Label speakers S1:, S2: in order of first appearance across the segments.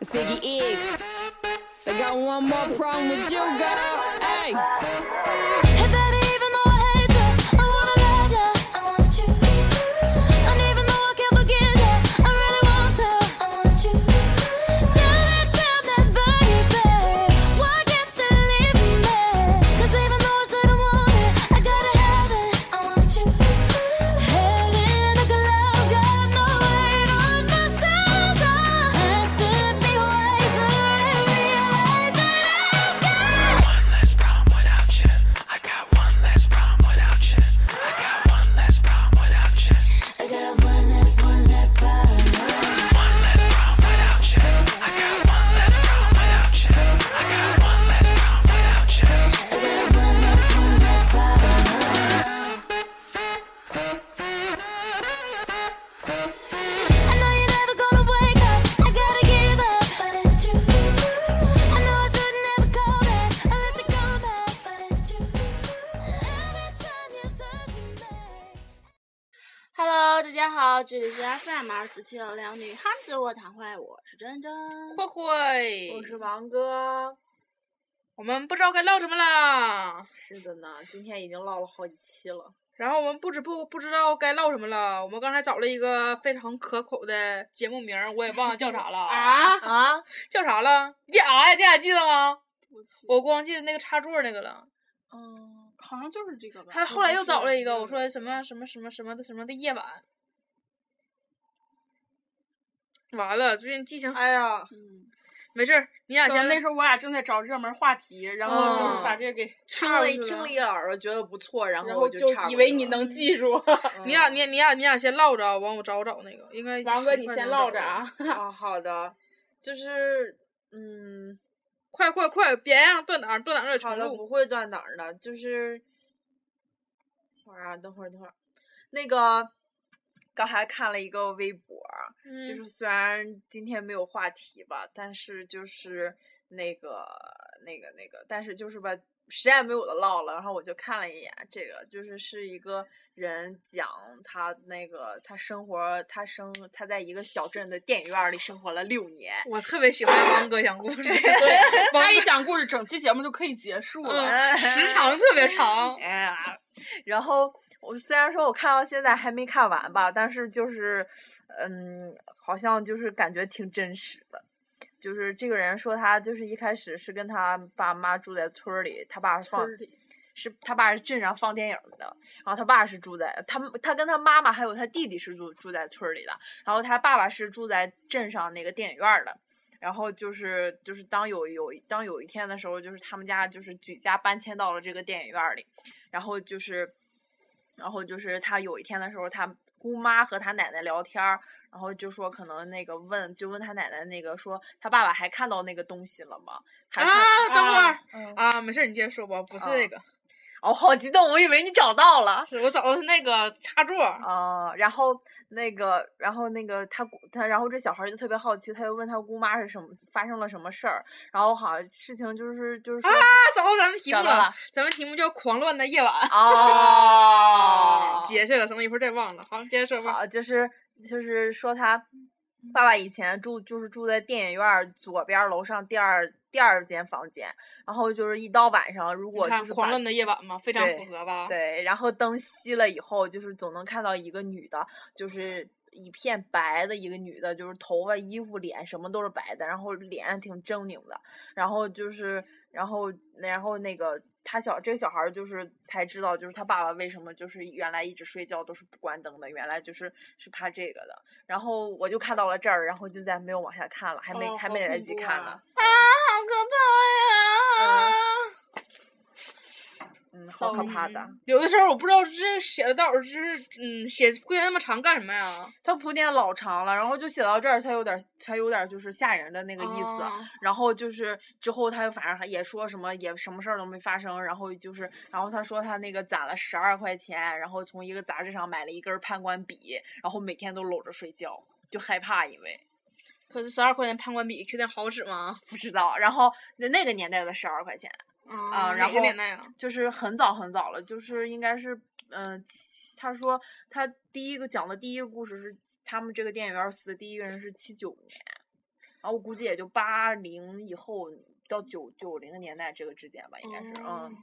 S1: Ziggy X. I got one more problem with you, girl. Hey.
S2: Hey baby, even though I hate you, I wanna love you, I want you. And even though I can't forgive you, I really want to, I want you. Tell me, tell me, baby, why can't you leave me? 'Cause even though I shouldn't want it, I gotta have it, I want you. Hell in a glove, got no weight on my shoulder. I should be wiser and realize that I got.
S3: One less problem without you. I got one less problem without you. I got one less problem without you.
S2: I got one last, one last problem.
S3: One less problem without you. I got one less problem without you. I got one less problem without you.
S2: I got one last, one last problem. I know you're never gonna wake up. I gotta give up, but it's you. I know I shouldn't ever call back. I let you go back, but it's you. Every time you touch me.
S4: Hello，大家好，这里是 FM 二四七六两女汉子卧谈会，我是珍珍，
S5: 慧慧，
S6: 我是王哥。
S5: 我们不知道该唠什么啦。
S6: 是的呢，今天已经唠了好几期了。
S5: 然后我们不知不不知道该唠什么了。我们刚才找了一个非常可口的节目名儿，我也忘了叫啥了 啊
S6: 啊，
S5: 叫啥了？你啊呀，你俩记得吗？我光记得那个插座那个
S4: 啊
S5: 了。
S4: 嗯，好像就是这个吧。
S5: 他后来又找了一个，我说什么什么什么什么的什么的夜晚。完了，最近记性
S6: 哎呀，
S4: 嗯，
S5: 没事儿，你俩
S4: 可能
S5: 先
S4: 那时候我俩正在找热门话题，然后就是把
S5: 嗯
S4: 这个给
S6: 听
S4: 插
S6: 了
S4: 进去
S6: 听
S4: 了
S6: 了一耳朵，觉得不错，然
S4: 然
S6: 后我
S4: 就
S6: 插
S4: 以
S6: 过
S4: 为
S6: 去
S4: 你
S6: 了。
S4: 能记住。
S5: 你俩你俩你俩你俩先唠着啊，完我找我找那个，应该
S4: 嗯王哥，
S5: 很
S4: 你
S5: 快
S4: 先
S5: 能
S4: 唠
S5: 找
S4: 着
S5: 着
S4: 啊。
S6: 啊，好的，就是嗯，
S5: 快快快，别让断档儿，断档儿有
S6: 好
S5: 重
S6: 的，
S5: 录。
S6: 不会断档儿的，就是，等会儿啊，等会儿，等会儿，那个刚才看了一个微博儿，就
S5: 嗯
S6: 是虽然今天没有话题吧，但是就是那个那个那个，但是就是吧，实在没有的唠了。然后我就看了一眼这个，就是是一个人讲他那个他生活，他生他在一个小镇的电影院儿里生活了六年。
S5: 我特别喜欢王哥讲故事， 王
S4: 他一讲故事，整期节目就可以结束了。
S5: 嗯，时长特别 长。
S6: 哎呀，然后我虽然说我看到现在还没看完吧，但是就是，嗯，好像就是感觉挺真实的。就是这个人说他就是一开始是跟他爸妈住在村儿里，他爸是放
S4: 村儿里
S6: 是他爸是镇上放电影儿的，然后他爸是住在他他跟他妈妈还有他弟弟是住住在村儿里的，然后他爸爸是住在镇上那个电影院儿的。然后就是就是当有有当有一天的时候，就是他们家就是举家搬迁到了这个电影院儿里，然后就是，然后就是他有一天的时候，他姑妈和他奶奶聊天儿，然后就说可能那个问就问他奶奶那个说他爸爸还看到那个东西了吗？还看
S5: 啊，等会儿
S6: 嗯
S5: 啊，没事儿，你接着说吧，不是
S6: 啊
S5: 这个，
S6: 哦，好激动，我以为你找到了。
S5: 是我找的是那个插座。
S6: 啊，然后那个，然后那个他姑他，然后这小孩儿就特别好奇，他就问他姑妈是什么发生了什么事儿，然后好像事情就是就是说
S5: 啊，找到咱们题目
S6: 找 到了，
S5: 咱们题目叫《狂乱的夜晚》。
S6: 啊
S5: 解释了什么？一会儿再忘了。好，接着说吧。
S6: 好，就是就是说他爸爸以前住就是住在电影院儿左边儿楼上第二第二间房间，然后就是一到晚上，如
S5: 你
S6: 果
S5: 看
S6: 就
S5: 《
S6: 是
S5: 狂
S6: 把
S5: 乱的夜晚》嘛，非常
S6: 对
S5: 符合吧？
S6: 对，然后灯熄了以后，就是总能看到一个女的，就是一片白的一个女的，就是头发、衣服、脸什么都是白的，然后脸挺狰狞的，然后就是，然后然后那个。他小这个小孩儿就是才知道，就是他爸爸为什么就是原来一直睡觉都是不关灯的，原来就是是怕这个的。然后我就看到了这儿，然后就再没有往下看了，还没、
S4: 哦
S6: 还
S4: 好
S6: 没来得
S4: 恐
S6: 及
S4: 怖
S6: 看
S4: 啊
S6: 呢。
S5: 好可怕呀！
S6: 嗯，好可怕的。
S5: 有的时候我不知道这写的到底是嗯写铺垫那么长干什么呀？
S6: 它铺垫老长了，然后就写到这儿才有点儿才有点儿就是吓人的那个意思。
S5: 啊
S6: 然后就是之后他反正还也说什么也什么事儿都没发生，然后就是然后他说他那个攒了十二块钱，然后从一个杂志上买了一根判官笔，然后每天都搂着睡觉，就害怕因为
S5: 可是十二块钱判官笔确定好使吗？
S6: 不知道。然后那那个年代的十二块钱
S5: 啊
S6: 然
S5: 哪
S6: 后
S5: 个年代啊？
S6: 就是很早很早了，就是应该是嗯、呃七他说他第一个讲的第一个故事是他们这个电影院死的第一个人是七九年，然后我估计也就八零以后到九九零年代这个之间吧，应该是
S5: 哦
S6: 嗯，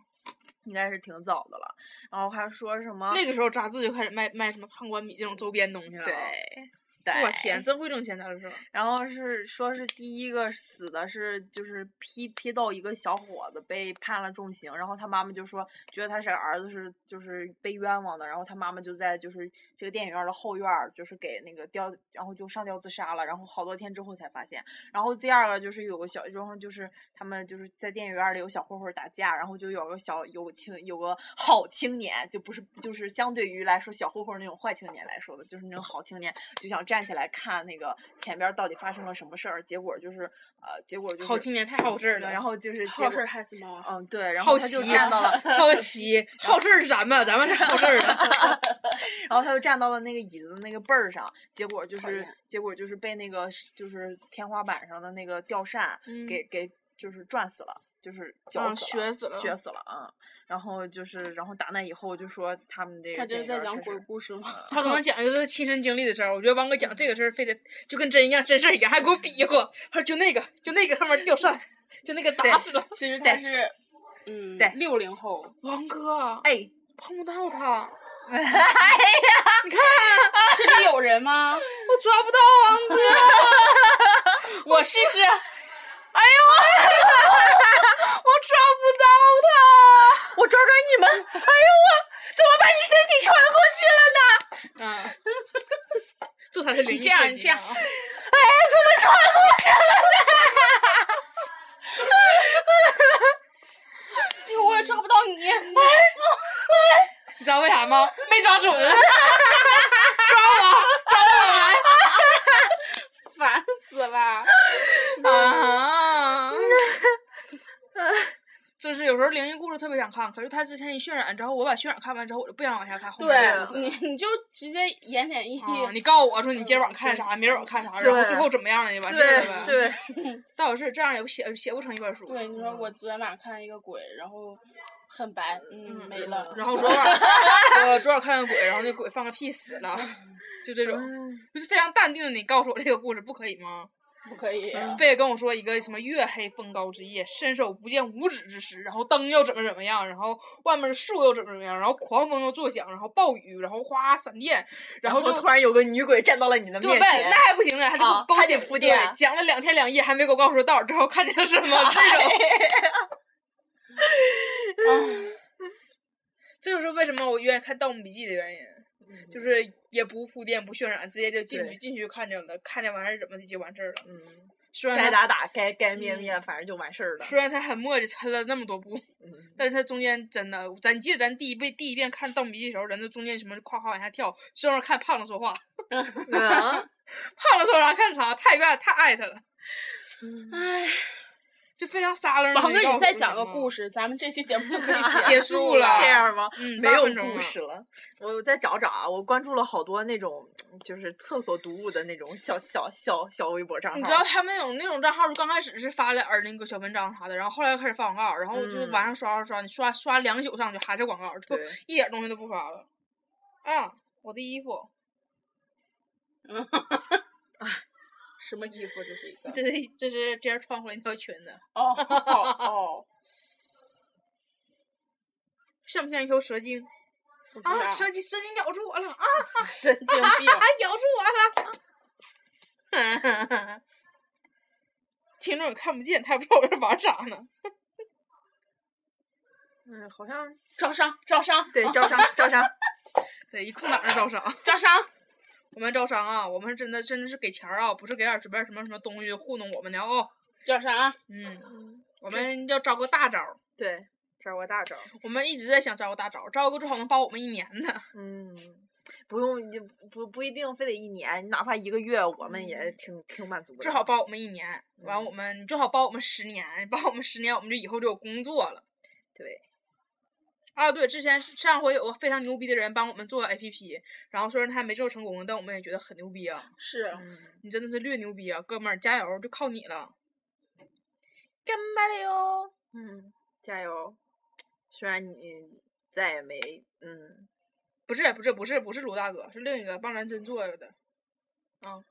S6: 应该是挺早的了。然后还说什么
S5: 那个时候杂志就开始卖卖什么胖关米这种周边东西了。
S6: 对，。对，
S5: 我天，真会挣钱，杂志社。
S6: 然后是说是第一个死的是就是批批斗一个小伙子被判了重刑，然后他妈妈就说觉得他是儿子是就是被冤枉的，然后他妈妈就在就是这个电影院的后院儿就是给那个吊，然后就上吊自杀了，然后好多天之后才发现。然后第二个就是有个小，然后就是他们就是在电影院里有小混混打架，然后就有个小有青有个好青年，就不是就是相对于来说小混混那种坏青年来说的，就是那种好青年就想站起来看那个前边儿到底发生了什么事儿，结果就是呃，结果就是
S5: 好青年太好事儿了
S6: 然后就是
S5: 好
S6: 结
S5: 事
S6: 果啊
S5: 儿害死猫啊！
S6: 嗯对，然
S5: 好
S6: 后他
S5: 奇
S6: 就站 到了，
S5: 好 奇，好事儿是咱们，咱们是好事儿啊的。
S6: 然后他就站到了那个椅子的那个背儿上，结果就
S4: 讨
S6: 是
S4: 厌
S6: 结果就是被那个就是天花板上的那个吊扇
S5: 嗯
S6: 给、给就是转死了，就是绞
S5: 啊
S6: 死
S5: 学死了
S6: 了，学死了啊、嗯！然后就是然后打那以后就说他们这个
S4: 他这
S6: 电
S4: 是
S6: 影
S4: 在
S6: 院
S4: 讲
S6: 开
S4: 鬼
S6: 始
S4: 故事 吗？
S5: 他可能讲的都是亲身经历的事儿。我觉得王哥讲这个事儿，非得就跟真一样，真事儿一样，还给我比划。他说就那个，就那个上面吊扇，就那个打死了。
S4: 其实他
S6: 对
S4: 是，嗯
S6: 对，
S4: 六零后，
S5: 王哥
S6: 哎，
S5: 碰不到他，
S4: 这里有人吗？
S5: 我抓不到王哥。
S4: 我试试。
S5: 哎呦，我抓不到他。
S6: 我抓抓 你们！哎呦我怎么把你身体穿过去了呢？
S5: 啊，这才是灵异
S4: 这样
S5: 特辑
S4: 这样
S5: 啊
S6: 哎，怎么穿过去了呢？
S4: 哎 呦我也抓不到你。
S5: 你知道为啥吗？没抓准，抓 我，抓到我来。
S4: 烦死了！
S5: 啊！ 就是有时候灵异故事特别想看，可是他之前一渲染之后，我把渲染看完之后，我就不想往下看后面的故事
S4: 对你，你就直接言简意
S5: 了。 啊
S4: 赅。
S5: 你告诉我说你今儿晚上看啥，明儿晚上看啥，然后最
S6: 对
S5: 后怎么样了就完事儿了
S6: 对
S5: 呗。
S6: 对，
S5: 倒也是这样也不写写不成一本书。
S4: 对，你说我昨天晚上看了一个鬼，然后很白，嗯，没了。
S5: 然后昨晚我昨晚看个鬼，然后那鬼放个屁死了，就这种， 就是非常淡定的你告诉我这个故事不可以吗？
S4: 不可以啊，
S5: 非得跟我说一个什么月黑风高之夜，伸手不见五指之时，然后灯又怎么怎么样，然后外面的树又怎么怎么样，然后狂风又作响，然后暴雨，然后哗闪电，然后就
S6: 突然有个女鬼站到了你的
S5: 就
S6: 面
S5: 问
S6: 前
S5: 那，还不行呢，还得给我
S6: 啊哎
S5: 高
S6: 还
S5: 姐
S6: 得铺垫
S5: 对讲了两天两夜还没给我告诉我到底最后看见了 什么，这种这就是为什么我愿意看《盗墓笔记》的原因。就是也不铺垫不渲染，直接就进去
S6: 嗯对
S5: 进去看见了，看见完事儿怎么的就完事儿了。
S6: 嗯，
S5: 虽然它
S6: 该打打，该该灭
S5: 嗯
S6: 灭，反正就完事儿了。
S5: 虽然他很磨叽，抻了那么多步，
S6: 嗯
S5: 但是他中间真的，咱记得咱第一遍第一遍看《盗墓笔记》的时候，人家中间什么夸夸往下跳，虽然看胖子说话，
S6: 嗯
S5: 胖子说啥看啥，太怨太爱他了，
S6: 嗯
S5: 就非常沙楞。
S4: 王哥，你再讲个故
S5: 事，
S4: 事，咱们这期节目就可以
S5: 结
S4: 结
S5: 束了
S6: 这样吗？
S5: 嗯，
S6: 没
S5: 八
S6: 有
S5: 分钟
S6: 故
S5: 了
S6: 事了，我再找找啊！我关注了好多那种就是厕所读物的那种小小小小微博账号。
S5: 你知道他们那种那种账号，就刚开始是发点儿那个小文章啥的，然后后来开始发广告，然后就是
S6: 嗯
S5: 晚上刷刷刷，你刷刷两宿上去还是广告，就
S6: 对
S5: 一点东西都不刷了。啊，我的衣服，
S4: 什么衣服？这是一个
S5: 这是这是今儿穿回来那条裙子，
S4: 哦哦，
S5: 像不像一条蛇精？
S4: 不知道
S5: 啊，蛇精蛇精咬住我了啊！
S4: 神经
S5: 啊
S4: 病！
S5: 啊！咬 住我了！听众也看不见，他也不知道我这玩啥呢。
S6: 嗯，好像
S4: 招商，招商，
S6: 对招商 招商，
S5: 对，一空档上招商，
S4: 招商，
S5: 我们招商啊，我们是真的真的是给钱儿啊，不是给点儿随便什么什么东西糊弄我们的哦。
S4: 招商啊！
S5: 嗯，我们要招个大招儿，
S6: 对招个大招。
S5: 我们一直在想招个大招儿，招个最好能包我们一年的。
S6: 嗯，不用你不不一定非得一年，你哪怕一个月，我们
S5: 嗯
S6: 也挺挺满足的。
S5: 最好包我们一年，完我们你最好包我们十年，包我们十年，我们就以后就有工作了。
S6: 对，
S5: 啊，对，之前上回有个非常牛逼的人帮我们做 APP，然后虽然他还没做成功，但我们也觉得很牛逼啊！
S4: 是
S6: 嗯
S5: 你真的是略牛逼啊，哥们儿，加油，就靠你了！干巴了哟！
S6: 嗯，加油！虽然你再也没嗯
S5: 不是不是不是不是卢大哥，是另一个帮咱真做了的，啊，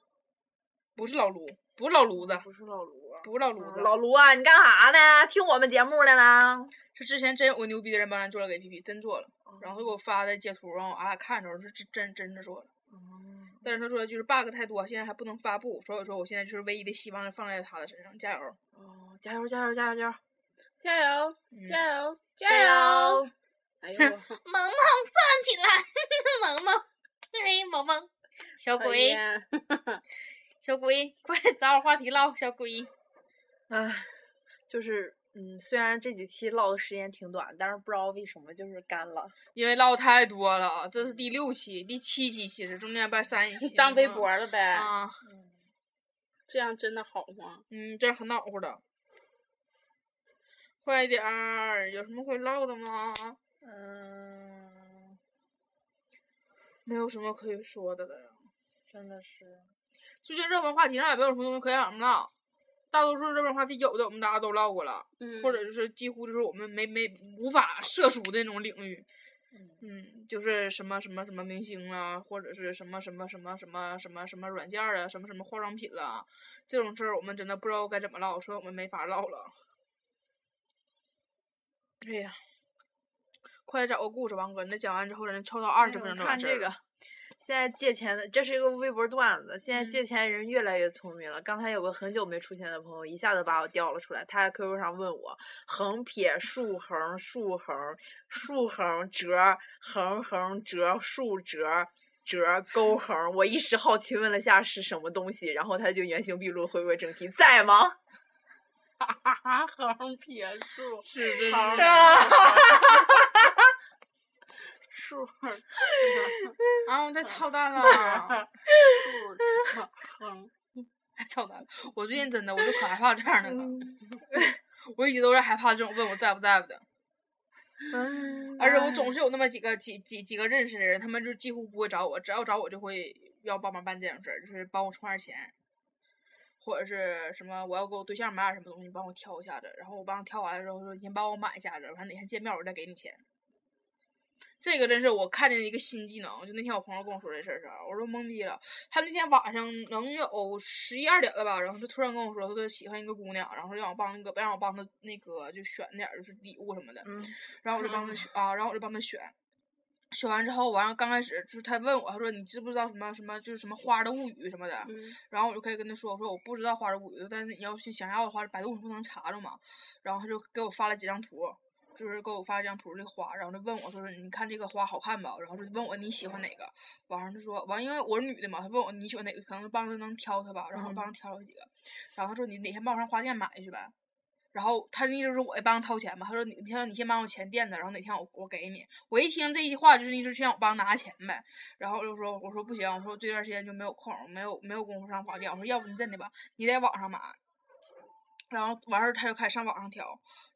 S5: 不是老卢，不是老卢子，
S4: 不是老卢啊，
S5: 不是老卢子，
S6: 老卢啊，你干啥呢？听我们节目了呢？
S5: 是之前真有个牛逼的人帮咱做了个 APP，真做了，
S6: 啊
S5: 然后他给我发的截图，然后俺俩看着是真真真的做了。
S6: 啊
S5: 但是他说就是 bug 太多，现在还不能发布，所以说我现在就是唯一的希望是放在他的身上，加油！
S6: 哦，加油加油加油加油！嗯
S4: 加油
S5: 嗯
S4: 加油加油！！哎呦，
S2: 萌萌站起来，萌萌，哎，萌萌，小
S4: 讨
S2: 鬼，
S4: 厌，
S2: 小鬼， 快找点话题唠，小鬼。
S6: 唉，就是嗯，虽然这几期唠的时间挺短，但是不知道为什么就是干了。
S5: 因为唠太多了啊，这是第六期、第七期，其实中间被删一期
S4: 当微
S5: 嗯
S4: 博了呗，
S5: 啊，
S4: 这样真的好吗？
S5: 嗯，这样很恼火的。快点儿，有什么可以唠的吗？
S6: 嗯，
S5: 没有什么可以说的了。
S6: 真的是。
S5: 最近热门话题上也没有什么东西可以让我们唠，大多数热门话题有的我们大家都唠过了，
S4: 嗯
S5: 或者就是几乎就是我们没没无法涉足的那种领域。嗯，就是什么什么什么明星啦，或者是什么什么什么什么什么什么软件儿啊，什么什么化妆品啦，这种事儿我们真的不知道该怎么唠，所以我们没法唠了。哎呀，快点找个故事，王哥，你这讲完之后，人家抽到二十分
S6: 哎我
S5: 钟就
S6: 看
S5: 完事
S6: 这
S5: 儿
S6: 个
S5: 了。，
S6: 现在借钱的，这是一个微博段子。现在
S5: 嗯
S6: 借钱人越来越聪明了。刚才有个很久没出现的朋友，一下子把我调了出来。他在 QQ 上问我，横撇、竖横、竖横、竖横、折、横横、折、竖折。折勾横，我一时好奇问了下是什么东西，然后他就原形毕露，回归正题，在吗？
S4: 啊，横撇竖
S5: 是是
S4: 好
S5: 是。
S4: 竖
S5: 啊，我在操蛋了，
S4: 竖横，
S5: 太操蛋了！我最近真的，我就可害怕这样的了。
S6: 嗯
S5: 我一直都是害怕这种问我在不在乎的，
S6: 嗯
S5: 而且我总是有那么几个几几几个认识的人，他们就几乎不会找我，只要找我就会要帮忙办这种事儿，就是帮我充点钱，或者是什么我要给我对象买点什么东西，帮我挑一下子，然后我帮他挑完了之后说你先帮我买一下子，完哪天见面我再给你钱。这个真是我看见的一个新技能，就那天我朋友跟我说这事儿时候，我说懵逼了。他那天晚上能有十一二点了吧，然后就突然跟我说，他说喜欢一个姑娘，然后让我帮那个让我帮他那个就选点儿就是礼物什么的，
S6: 嗯
S5: 然后我就帮他选啊，然后我就帮他选。选完之后，完了刚开始就是他问我，他说你知不知道什么什么就是什么花的物语什么的，
S4: 嗯
S5: 然后我就可以跟他说，我说我不知道花儿物语，但是你要是想要的话，百度上不能查着嘛。然后他就给我发了几张图，就是给我发了几张图这花，然后就问我说是你看这个花好看吧？然后就问我你喜欢哪个？完了他说完，因为我是女的嘛，他问我你喜欢哪个，可能帮着能挑他吧，然后帮他挑了几个，然后他说你哪天帮我上花店买去呗。然后他的意思是我也帮他掏钱嘛，他说你他说你先帮我钱垫着，然后哪天我我给你。我一听这一句话，就是意思是让我帮拿钱呗。然后我就说，我说不行，我说我这段时间就没有空，没有没有功夫上花店。我说要不你真的吧，你在网上买。然后完事儿他就开始上网上挑，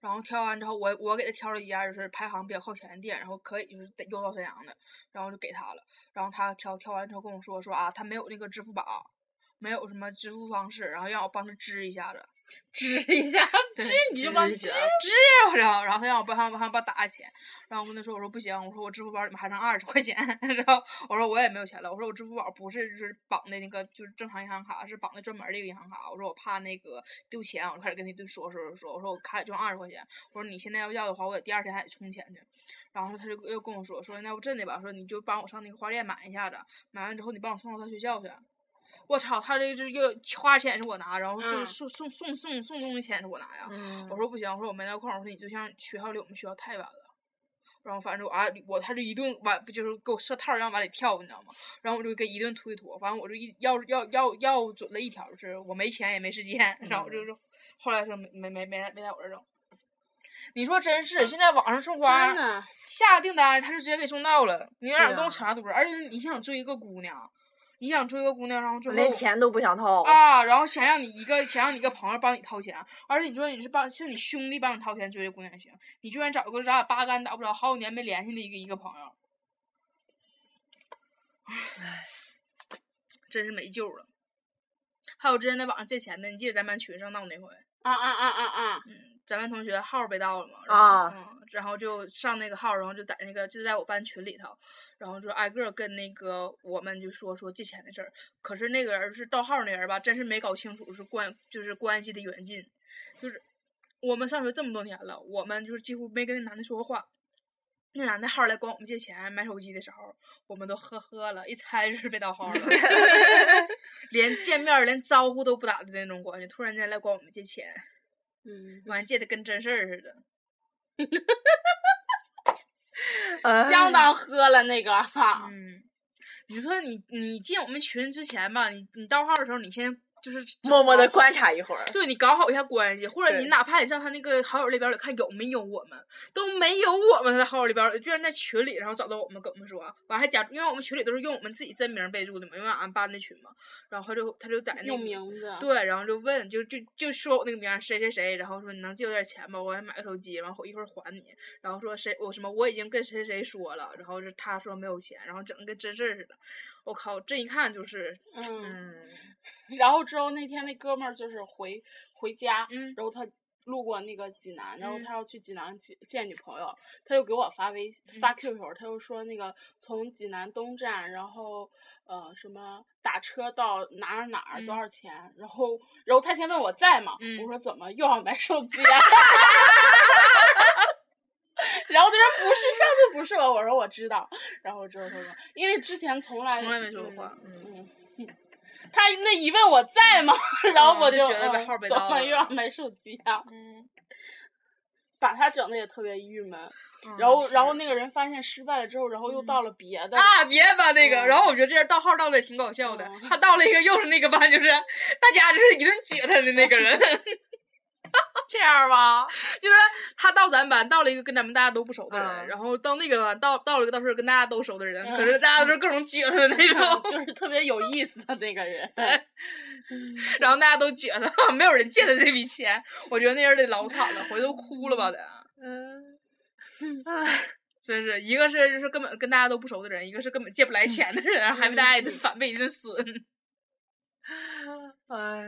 S5: 然后挑完之后我我给他挑了一家就是排行比较靠前的店，然后可以就是得邮到沈阳的，然后就给他了。然后他挑挑完之后跟我说说啊，他没有那个支付宝，没有什么支付方式，然后让我帮他支一下子。
S4: 支一 下，
S5: 对
S4: 支你就往
S6: 支一
S4: 支
S6: 下
S5: 我啊然后然后他让我帮他帮他帮打钱，然后我跟他说我说不行，我说我支付宝里面还剩二十块钱， 然后我说我也没有钱了，我说我支付宝不是就是绑的那个就是正常银行卡，是绑的专门儿的一个银行卡，我说我怕那个丢钱，我就开始跟他对说说说说，我说我卡里就二十块钱，我说你现在要要的话，我得第二天还得充钱去，然后他就又跟我说说那要不真的吧，说你就帮我上那个花店买一下子，买完之后你帮我送到他学校去。我操，他这是又花钱是我拿，然后送
S4: 嗯
S5: 送送送送送东西钱是我拿呀。
S6: 嗯
S5: 我说不行，我说我没那空儿，我说你对象学校离我们学校太远了。然后反正我啊，我他就一顿往就是给我设套儿让往里跳，你知道吗？然后我就给一顿推脱，反正我就一要要要要准了一条，就是我没钱也没时间，
S6: 嗯
S5: 然后就是后来说没没没没没在我这整。你说真是，现在网上送花
S4: 真的，
S5: 下订单，他就直接给送到了，你让
S6: 对
S5: 人跟我
S6: 啊
S5: 查多少？而且你想追一个姑娘，你想追一个姑娘，然后最
S6: 我连
S5: 后
S6: 钱都不想掏。
S5: 啊，然后想让你一个想让你一个朋友帮你掏钱，而且你说你是帮是你兄弟帮你掏钱追的姑娘也行，你居然找一个咱俩八竿打不着、好几年没联系的一个一个朋友，唉，真是没救了。还有之前在网上借钱的，你记得咱班群上闹那回，
S4: 啊啊啊啊啊！
S5: 咱班同学号儿被盗了嘛，然后
S6: 啊
S5: 嗯，然后就上那个号儿，然后就在那个就在我班群里头，然后就挨个儿跟那个我们就说说借钱的事儿。可是那个人是盗号儿那人吧，真是没搞清楚是关就是关系的远近，就是我们上学这么多年了，我们就是几乎没跟那男的说过话。那男的号儿来管我们借钱买手机的时候，我们都呵呵了，一猜就是被盗号儿了，连见面儿连招呼都不打的那种关系，突然间来管我们借钱。
S4: 嗯，
S5: 完借的跟真事儿似的。
S4: 相当喝了那个哈，
S5: 嗯，你说你你进我们群之前吧，你你盗号的时候，你先就是
S6: 默默的，观察一会儿。
S5: 对你搞好一下关系，或者你
S6: 对
S5: 哪怕你上他那个好友列表里看有没有我们，都没有我们的好友列表里，居然在群里，然后找到我们跟我们说，完还假，因为我们群里都是用我们自己真名备注的嘛，因为俺班的群嘛，然后他就他就在那
S4: 用
S5: 个
S4: 名字，
S5: 对，然后就问，就就就说我那个名儿谁谁谁，然后说你能借我点钱吗？我想买个手机，然后一会儿还你。然后说谁我什么我已经跟谁谁说了，然后是他说没有钱，然后整得跟真事儿似的。我靠，这一看就是，
S4: 嗯。
S5: 嗯
S4: 然后之后那天那哥们儿就是回回家，
S5: 嗯
S4: 然后他路过那个济南，然后
S5: 嗯
S4: 他要去济南见见女朋友，他就给我发微
S5: 嗯
S4: 发 QQ，他就说那个从济南东站，然后呃什么打车到哪儿哪儿多
S5: 嗯
S4: 少钱，然后然后他先问我在吗？
S5: 嗯
S4: 我说怎么又要买手机啊？ 然后他说不是，上次不是我，我说我知道。然后之后他说，因为之前从来
S5: 从来没说过话。
S4: 嗯，他那一问我在吗？ 然后
S5: 嗯
S4: 我
S5: 就觉得被
S4: 嗯
S5: 号被
S4: 怎
S5: 盗
S4: 么
S5: 了
S4: 又要买手机啊？
S5: 嗯，
S4: 把他整的也特别郁闷。然后，然后
S5: 是嗯
S4: 那个人发现失败了之后，然后又到了别的。
S5: 啊，别吧那个，
S4: 嗯
S5: 然后我觉得这人盗号盗的也挺搞笑的，
S4: 嗯
S5: 他盗了一个又是那个班，就是大家就是一顿撅他的那个人，
S6: 这样吧，
S5: 就是他到咱班到了一个跟咱们大家都不熟的人，
S6: 嗯
S5: 然后到那个班到到了一个到是跟大家都熟的人，
S4: 嗯
S5: 可是大家都是各种撅他的那
S6: 嗯
S5: 种，
S4: 就是特别有意思的那个人，
S5: 然后大家都觉得没有人借他这笔钱，我觉得那人得老惨了，回头哭了吧得。
S6: 嗯，
S5: 真是，一个是就是根本跟大家都不熟的人，一个是根本借不来钱的人，还被
S6: 嗯
S5: 大家一顿反被一顿损，
S6: 哎，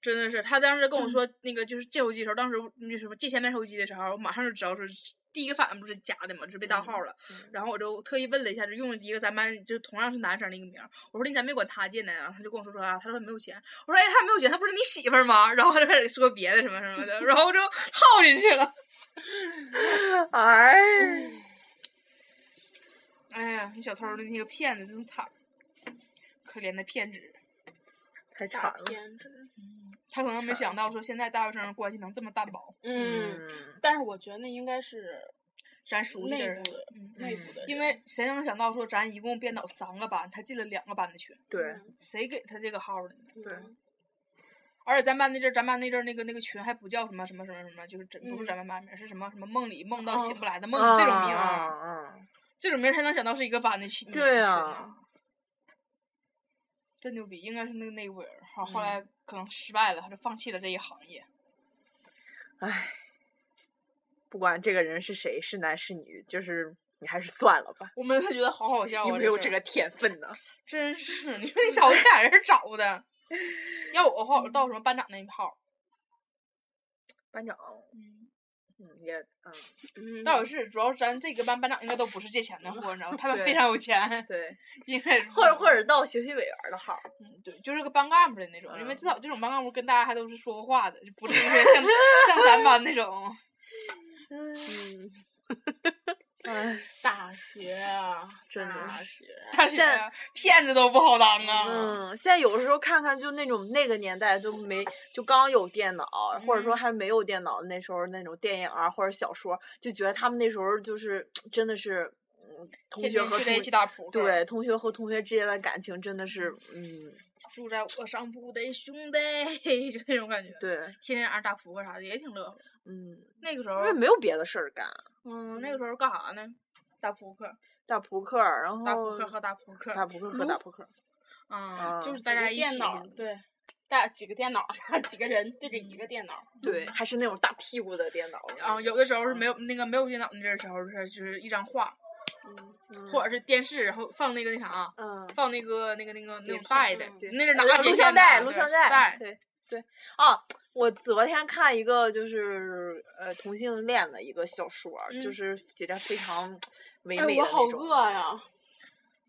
S5: 真的是。他当时跟我说那个就是借手机的时候，当时那什么借钱买手机的时候，我马上就知道是第一个反应不是假的嘛，就是被盗号了。然后我就特意问了一下，就用一个咱班就同样是男生的一个名儿，我说你咋没管他借呢？然后他就跟我说说啊，他说他没有钱。我说哎，他没有钱，他不是你媳妇儿吗？然后他就开始说别的什么什么的，然后我就耗进去了。
S6: 哎，
S5: 哎呀，那小偷儿的那个骗子真惨，可怜的骗子，
S6: 太
S4: 大
S6: 惨了。
S4: 偏执。
S5: 他可能没想到说现在大学生关系能这么淡薄，
S4: 嗯，但是我觉得那应该是
S5: 咱熟悉
S4: 内
S5: 的人
S4: 部，的
S5: 嗯
S4: 内部的人，
S5: 因为谁能想到说咱一共编导三个班，他进了两个班的群，
S6: 对，嗯
S5: 谁给他这个号的呢？
S4: 嗯
S6: 对
S5: 而且咱班那阵儿，咱班那阵儿那个那个群还不叫什么什么什么什么，就是真不
S4: 嗯
S5: 是咱班班名儿，是什么什么梦里梦到
S4: 哦
S5: 醒不来的梦、
S6: 嗯
S5: 这种名儿，
S6: 嗯，
S5: 这种名儿才能想到是一个班的起名。
S6: 对
S5: 呀、
S6: 啊，
S5: 真牛逼，应该是那个内部人儿，然后
S6: 嗯
S5: 后来可能失败了，他就放弃了这一行业。
S6: 哎，不管这个人是谁，是男是女，就是你还是算了吧，
S5: 我们他觉得好好笑啊！
S6: 你没有
S5: 事
S6: 这
S5: 儿
S6: 个天分呢。
S5: 真是，你说你找个俩人找 的，要我的话，我到什么班长那一号，
S6: 班长，嗯，也嗯，
S4: 嗯
S5: 倒也是，主要是咱这个班班长应该都不是借钱的货，你知道 吗？他们
S6: 嗯对
S5: 非常有钱，
S6: 对，
S5: 应该是
S6: 或者或者到学习委员的号，
S5: 嗯对，就是个班干部的那种，因为
S6: 嗯
S5: 至少这种班干部跟大家还都是说过话的，就不是说像像咱班那 种。
S4: 嗯
S6: 哎，
S4: 大学啊，
S6: 真的
S4: 大
S6: 是
S4: 学
S5: 但是
S6: 现在
S5: 骗子都不好当啊，
S6: 嗯，现在有的时候看看，就那种那个年代都没，就刚有电脑，或者说
S5: 嗯
S6: 还没有电脑的那时候那种电影啊或者小说，就觉得他们那时候就是真的是，嗯，同
S5: 天
S6: 学
S5: 天
S6: 和
S5: 聚
S6: 同
S5: 在一起打扑克，
S6: 对，同学和同学之间的感情真的是，嗯，
S5: 住在我上铺的兄弟，就那种感觉，
S6: 对，
S5: 天天晚上打扑克啥的也挺乐呵。
S6: 嗯，
S5: 那个时
S6: 因
S5: 候
S6: 为，没有别的事儿干，
S5: 嗯，那个时候干啥呢？打扑克，
S6: 打扑克儿，然后
S5: 打扑克和打扑克，嗯
S6: 打扑克和打扑克儿，
S5: 啊，
S6: 哦
S4: 就是
S5: 大
S4: 几个
S5: 家一
S4: 电
S5: 起
S4: 脑对，大几个电脑， 几个人对着
S5: 嗯
S4: 一个电脑，
S6: 对，还是那种大屁股的电脑，
S5: 哦
S6: 嗯
S5: 啊，有的时候是没有那个没有电脑的时候是就是一张画，或者是电视，然后放那个那啥、啊
S6: 嗯，
S5: 放那个那个那个那种
S4: 片
S5: 带的
S4: 嗯对，
S5: 那是哪
S6: 录像带，录像带，
S5: 啊带，
S6: 对对。哦，我昨天看一个就是呃同性恋的一个小说儿，就
S5: 嗯
S6: 是写着非常唯
S4: 哎，
S6: 美
S4: 我
S6: 的
S4: 好
S6: 那种。
S4: 饿呀！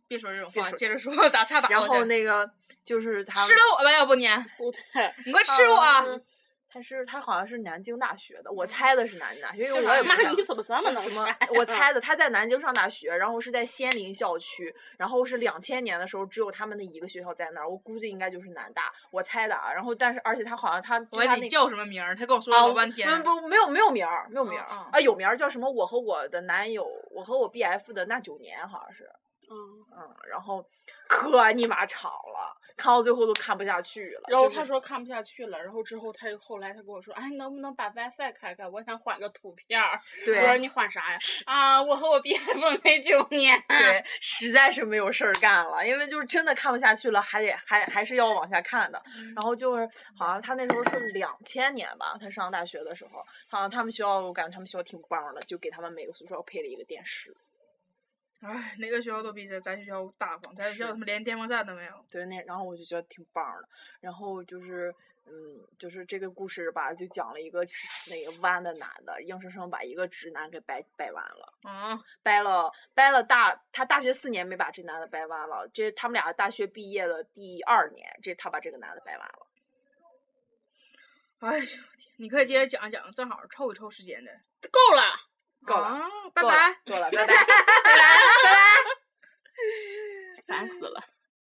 S5: 别说这种
S6: 别
S5: 话，
S6: 说
S5: 接着说， 打岔打
S6: 然
S5: 过去
S6: 后那个就是他
S5: 吃了我吧，要不你，
S4: 不对，
S5: 你快吃我啊！
S6: 嗯他是他好像是南京大学的，我猜的是南京大学，因为 我也不知
S4: 妈，
S6: 道
S4: 你怎么 这么能嗯
S6: 什么
S4: 猜？啊
S6: 我猜的，他在南京上大学，然后是在仙林校区，然后是两千年的时候只有他们的一个学校在那儿，我估计应该就是南大，我猜的啊。然后但是而且他好像他
S5: 我
S6: 就他
S5: 问
S6: 那
S5: 你
S6: 个
S5: 叫什么名儿，他跟我说了
S6: 啊
S5: 老半天。
S6: 不不没有没有名儿没有名儿、
S5: 嗯嗯
S6: 啊有名儿叫什么？我和我的男友，我和我 B F 的那九年好像是，
S4: 嗯，
S6: 嗯，然后可你妈吵了，看到最后都看不下去了。
S4: 然后
S6: 就
S4: 他
S6: 是
S4: 说看不下去了，然后之后他又后来他跟我说，哎，能不能把 WiFi 开开？我想换个图片儿。
S6: 对
S4: 我说你换啥呀？啊，我和我 BF 没九年。
S6: 对，实在是没有事儿干了，因为就是真的看不下去了，还得还还是要往下看的。然后就是好像他那时候是两千年吧，他上大学的时候，好像他们学校我感觉他们学校挺棒的，就给他们每个宿舍配了一个电视。
S5: 哎，哪个学校都比咱咱学校大方，咱学校
S6: 是
S5: 他妈连电风扇都没有。
S6: 对，那然后我就觉得挺棒儿的。然后就是，嗯，就是这个故事吧，就讲了一个直那个弯的男的，硬生生把一个直男给掰掰弯了，
S5: 啊，
S6: 掰了掰了大，他大学四年没把这男的掰弯了，这他们俩大学毕业的第二年，这他把这个男的掰弯了。
S5: 哎呦我天，你可以接着讲一讲，正好凑一凑时间的。
S4: 够了，
S6: 够了
S5: 啊拜
S6: 够了
S5: 拜。
S6: 够了，拜拜。
S4: 烦死了。